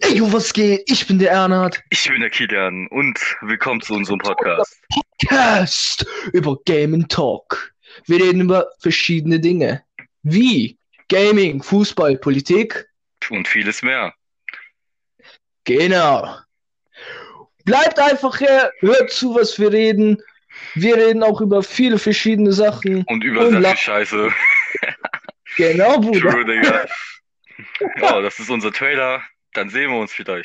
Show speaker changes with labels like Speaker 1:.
Speaker 1: Ey, was geht? Ich bin der Ernhard.
Speaker 2: Ich bin der Kilian und willkommen zu unserem Podcast.
Speaker 1: Podcast über Gaming Talk. Wir reden über verschiedene Dinge. Wie Gaming, Fußball, Politik.
Speaker 2: Und vieles mehr.
Speaker 1: Genau. Bleibt einfach her, hört zu, was wir reden. Wir reden auch über viele verschiedene Sachen.
Speaker 2: Und über sehr viel Scheiße.
Speaker 1: Genau, Bruder.
Speaker 2: True, Digga. Ja, das ist unser Trailer. Dann sehen wir uns vielleicht.